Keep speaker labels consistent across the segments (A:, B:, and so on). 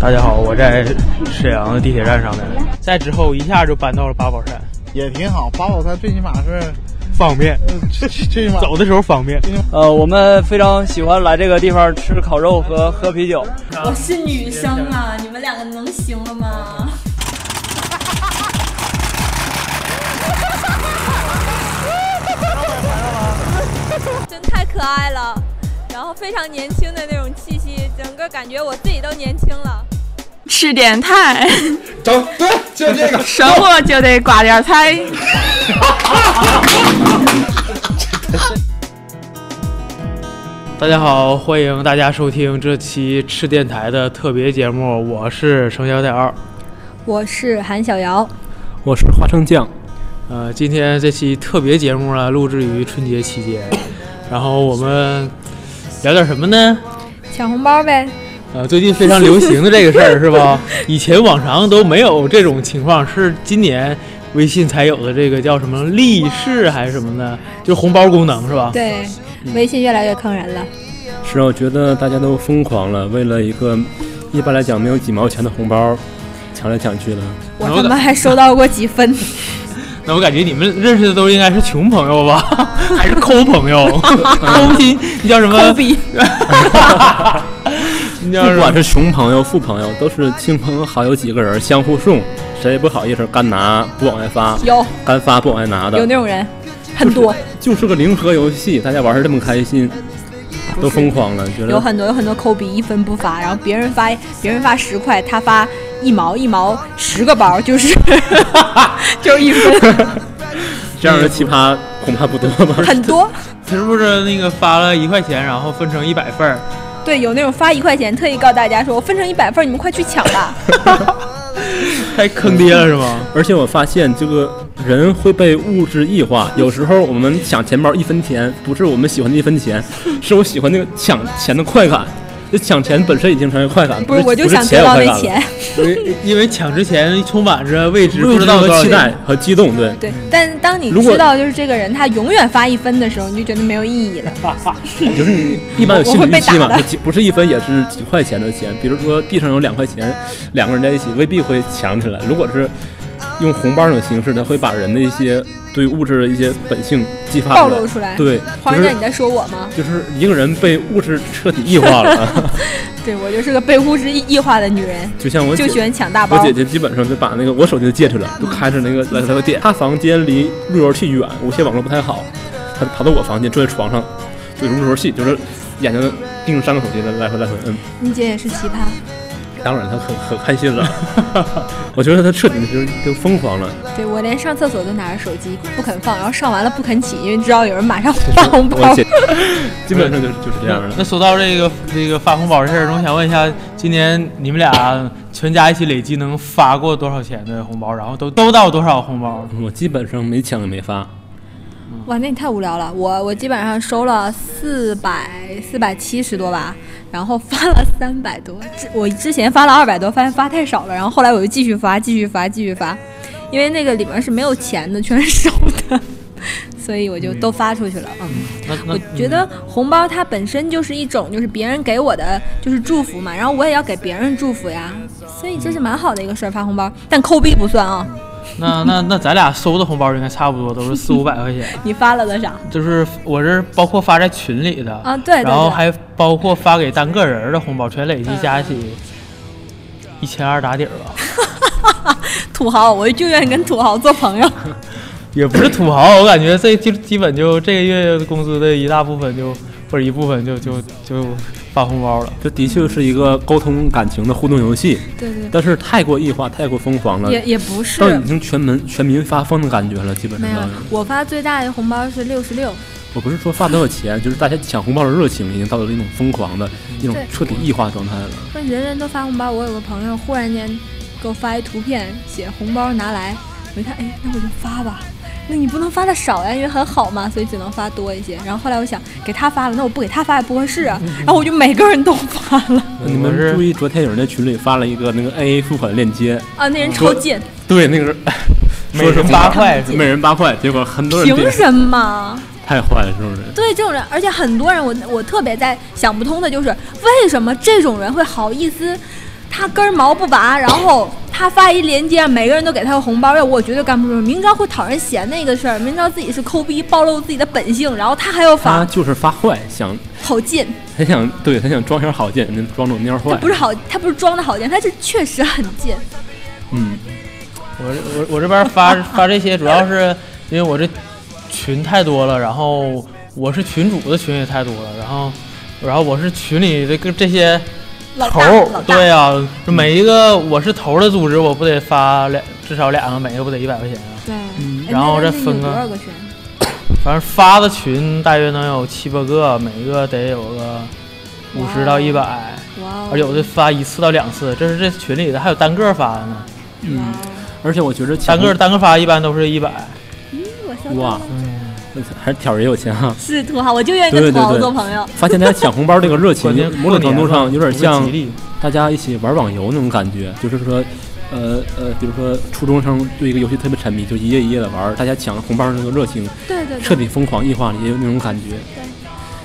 A: 大家好，我在沈阳的地铁站上面。再之后，一下就搬到了八宝山，
B: 也挺好。八宝山最起码是，
A: 方便，
B: 呃最最起码
A: 走的时候方便。
C: 呃，我们非常喜欢来这个地方吃烤肉和喝啤酒。
D: 我是女生啊，你们两个能行了吗？
E: 真太可爱了，然后非常年轻的那种气息，整个感觉我自己都年轻了。
F: 吃点菜，
G: 整对，就这 个
F: 生活就得挂点菜。
A: 大家好，欢迎大家收听这期赤电台的特别节目，我是程小点二，
E: 我是韩小瑶，
A: 我是花生酱。呃，今天这期特别节目呢，录制于春节期间，然后我们聊点什么呢？
E: 抢红包呗。
A: 呃，最近非常流行的这个事儿是 吧？以前往常都没有这种情况，是今年微信才有的这个叫什么立式还是什么的，就是红包功能是吧？
E: 对，
G: 嗯
E: 微信越来越坑人了。
H: 是啊，我觉得大家都疯狂了，为了一个一般来讲没有几毛钱的红包，抢来抢去的。
E: 我
A: 然后
E: 他
A: 呢
E: 妈还收到过几 分，
A: 那我感觉你们认识的都应该是穷朋友吧， 还是抠朋 友？抠逼，你叫什么？抠逼。你叫什
H: 不
A: 么
H: 管？是穷朋友、富朋友，都是亲朋好友几个人相互送，谁也不好意思干拿不往外发，
E: 有
H: 干发不往外拿
E: 有
H: 的，
E: 那种人，很多，
H: 就是个零和游戏，大家玩的这么开心，都疯狂了，觉
E: 有
H: 得
E: 很多有很多抠鼻一分不发，然后别人发别人发十块，他发一毛一毛十个包，就是 就是一分，
H: 这样的奇葩恐怕不多吧。
E: 很多。
A: 他是不是那个发了一块钱，然后分成一百份儿？
E: 对，有那种发一块钱，特意告诉大家说，我分成一百份儿，你们快去抢 吧。
A: 太
H: 嗯
A: 坑爹了是吗？
H: 而且我发现这个人会被物质异 化，有时候我们抢钱包一分钱，不是我们喜欢的一分 钱，是我喜欢那个抢钱的快感。这抢钱本身已经成为快感，
E: 不
H: 是
E: 是，我就
H: 不是
E: 想
H: 钱
E: 得
H: 有
E: 到
H: 快
E: 那
H: 感了
E: 钱。
A: 因为因为抢之前充满着未知，不
H: 未
A: 知
H: 知
A: 道多少
H: 和期
A: 钱
H: 待和激动，对。
E: 对，但当你
H: 如果
E: 知道就是这个人他永远发一分的时候，你就觉得没有意 义了。
H: 就是你一般有心
E: 我会
H: 理
E: 被
H: 预期
E: 打
H: 嘛，
E: 的
H: 就几不是一分也是几块钱的钱。比如说地上有两块钱，两个人在一起未必会抢起来。如果是用红包这种形式，它会把人的一些对物质的一些本性激发
E: 暴露出来
H: 对，
E: 黄
H: 就
E: 仁哲，
H: 是
E: 你在说我吗？
H: 就是一个人被物质彻底异化 了，
E: 对我就是个被物质异化的女人，
H: 就像我姐
E: 就喜欢抢大
H: 我
E: 包
H: 姐。姐基本上就把那个我手机借去了，就开着那个来来回点。她房间离路由器远，无线网络不太好，她跑到我房间坐在床上对着路由器，就是眼睛盯着三个手机来来回来回摁。
E: 你姐也是奇葩，
H: 嗯当然，她很很开心了。我觉得她彻底就是就疯狂了。
E: 对我连上厕所都拿着手机不肯放，然后上完了不肯起，因为知道有人马上发红
H: 我
E: 包。
H: 姐基本上就是就是这样的。
A: 那说到这个这个发红包的事儿，我想问一下，今年你们俩全家一起累计能发过多少钱的红包？然后都都到多少红包？
H: 我基本上没抢也没发，
E: 哇，那你太无聊了。我我基本上收了四百四百七十多吧，然后发了三百多。之我之前发了二百多，发现发太少了，然后后来我就继续发，继续发，继续发，因为那个里面是没有钱的，全是手的，所以我就都发出去了。嗯，
A: 那那
E: 我觉得红包它本身就是一种就是别人给我的就是祝福嘛，然后我也要给别人祝福呀，所以这是蛮好的一个事儿，发红包。但抠逼不算啊，
A: 那那那咱俩收的红包应该差不多，都是四五百块钱。
E: 你发了个啥？
A: 就是我这包括发在群里的
E: 啊对对
A: 然后
E: 对
A: 还包括发给单个人儿的红包，全累计加起一千二打底儿吧。
E: 土豪，我就愿意跟土豪做朋友。
A: 也不是土豪，我感觉这就基本就这个月工资的一大部分就或者一部分就就就发红包了。
H: 这的确是一个沟通感情的互动游戏，
E: 对 对
H: 但是太过异化、太过疯狂了，
E: 也也不
H: 到
E: 是
H: 已，经全民全民发疯的感觉了，基本上
E: 没有
H: 到。，
E: 我发最大的红包是六十六，
H: 我不是说发多少钱， 就是大家抢红包的热情已经到了一种疯狂的、一种
E: 对
H: 彻底异化状态了。
E: 说人人都发红包。我有个朋友忽然间给我发一图片，写红包拿来，我一看，哎，那我就发吧。那你不能发的少呀，因为很好嘛，所以只能发多一些。然后后来我想，给他发了，那我不给他发也不合适
H: 嗯
E: 啊。然后我就每个人都发了
H: 你
A: 我
H: 们
A: 是
H: 注意，昨天有人在群里发了一个那个 AA 付款 链接，
E: 啊，那人超贱，
H: 对，那个人
A: 每人八块是吧
H: 每人八块，结果很多人
E: 凭
H: 点
E: 什 么？
H: 太坏了，是不是？
E: 对这种人，而且很多人我，我特别在想不通的就是，为什么这种人会好意思？他根毛不拔，然后他发一链接，每个人都给他个红包，要我绝对干不住。明知道会讨人嫌那个事儿，明知道自己是抠逼，暴露自己的本性，然后他还要
H: 他
A: 啊
E: 发，
H: 就是发坏，想
E: 好贱。
H: 很想对，很想装一下好贱，能装种蔫儿
E: 他
H: 坏。
E: 不是好，他不是装的好贱，他是确实很贱。
H: 嗯，
A: 我我我这边发发这些，主要是因为我这群太多了，然后我是群主的群也太多了，然后然后我是群里这个这些
E: 老
A: 头
E: 大，老
A: 儿，
E: 大，
A: 对呀、就每一个我是头儿的组织，我不得发两至少两个，每个不得一百块钱啊？
E: 对哎
A: 然后
E: 那
A: 再
E: 那
A: 分
E: 有
A: 个
E: 多少个群？
A: 反正发的群大约能有七八个，每一个得有个五十到一百，
E: 哇哦！
A: 而有的发一次到两次，这是这群里的，还有单个发的呢，
E: 哇哦
H: 嗯而且我觉得
A: 单
H: 强
A: 个单个发一般都是一百。
E: 嗯我笑到
H: 哇
E: 了，
A: 嗯
H: 呃还是挑人也有钱哈、
E: 是土豪，我就愿意
H: 对
E: 跟
H: 对
E: 土豪
H: 对
E: 做朋友。
H: 发现大家抢红包这个热情
A: 关键，
H: 某种程度上有点像
A: 啊不吉利
H: 大家一起玩网游那种感觉，就是说，呃呃，比如说初中生对一个游戏特别沉迷，就一页一页的玩，大家抢红包那个热情，
E: 对对
H: 彻
E: 对，
H: 底疯狂异化，也有那种感觉。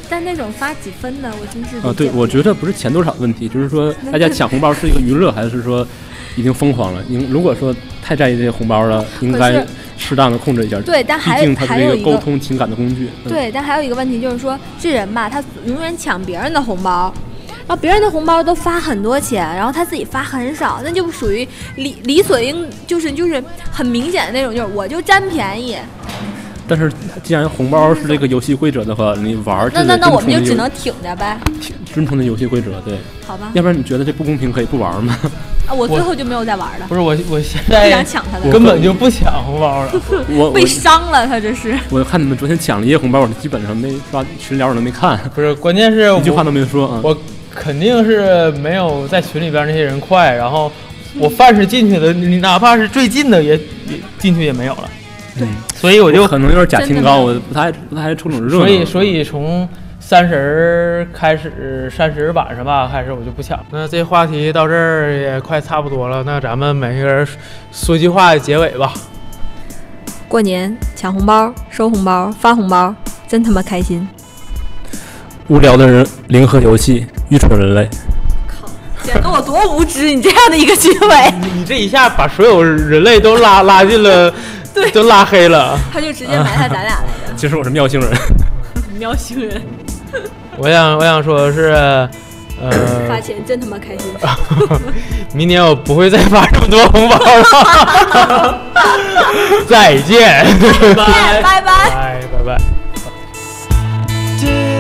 E: 但那种发几分的，我真是
H: 啊，对，我觉得不是钱多少问题，就是说
E: 嗯
H: 大家抢红包是一个娱乐，还是说已经疯狂了？应如果说太在意这些红包了，应该适当的控制一下。
E: 对，但
H: 毕
E: 还
H: 竟它
E: 还
H: 是一
E: 有
H: 个
E: 一
H: 沟
E: 个。
H: 通情感的工具。嗯，
E: 对，但还有一个问题就是说，这人吧，他永远抢别人的红包，然后别人的红包都发很多钱，然后他自己发很少，那就不属于理理所应，就是就是很明显的那种，就是我就占便宜，
H: 但是既然红包是这个游戏规则的话，你玩儿
E: 那
H: 就
E: 那
H: 得
E: 那
H: 遵
E: 我们就
H: 从这
E: 只
H: 游
E: 能啊挺着呗，
H: 遵从的游戏规则，对，
E: 好吧？
H: 要不然你觉得这不公平，可以不玩儿吗？
E: 啊，我最
A: 我
E: 后就没有再玩了
A: 不，是我，我现
E: 不想
A: 在
E: 抢他
A: 根
E: 的，
A: 本就不抢红包了。
H: 我我
E: 被伤了，他这是。
H: 我看你们昨天抢了一夜红包，我基本上没刷群聊，我都没看，
A: 不是，关键是
H: 一句话
A: 我
H: 都没说啊。
A: 我肯定是没有在群里边那些人快，然后我凡是进去的，你哪怕是最近的也也进去也没有了。
H: 对，
A: 所以嗯我就
H: 可能有点假清高，
E: 真
H: 我不太不太爱冲这种热闹。
A: 所以所以从三十儿开始，三十晚上吧开始我就不抢。那这话题到这儿也快差不多了，那咱们每个人说句话结尾吧。
E: 过年抢红包、收红包、发红包，真他妈开心！
H: 无聊的人零和游戏，愚蠢人类。
E: 显得我多无知，你这样的一个结 尾，
A: 你你这一下把所有人类都拉拉进了，对，都拉黑了。
E: 他就直接埋汰咱俩来着。
H: 其实我是妙星人，
E: 喵星人
A: 我想我想说的是，
E: 发
A: 呃，
E: 钱真他妈开心！
A: 明年我不会再发这么多红包了。再见，拜
E: 拜拜。
A: 拜拜拜。
F: Do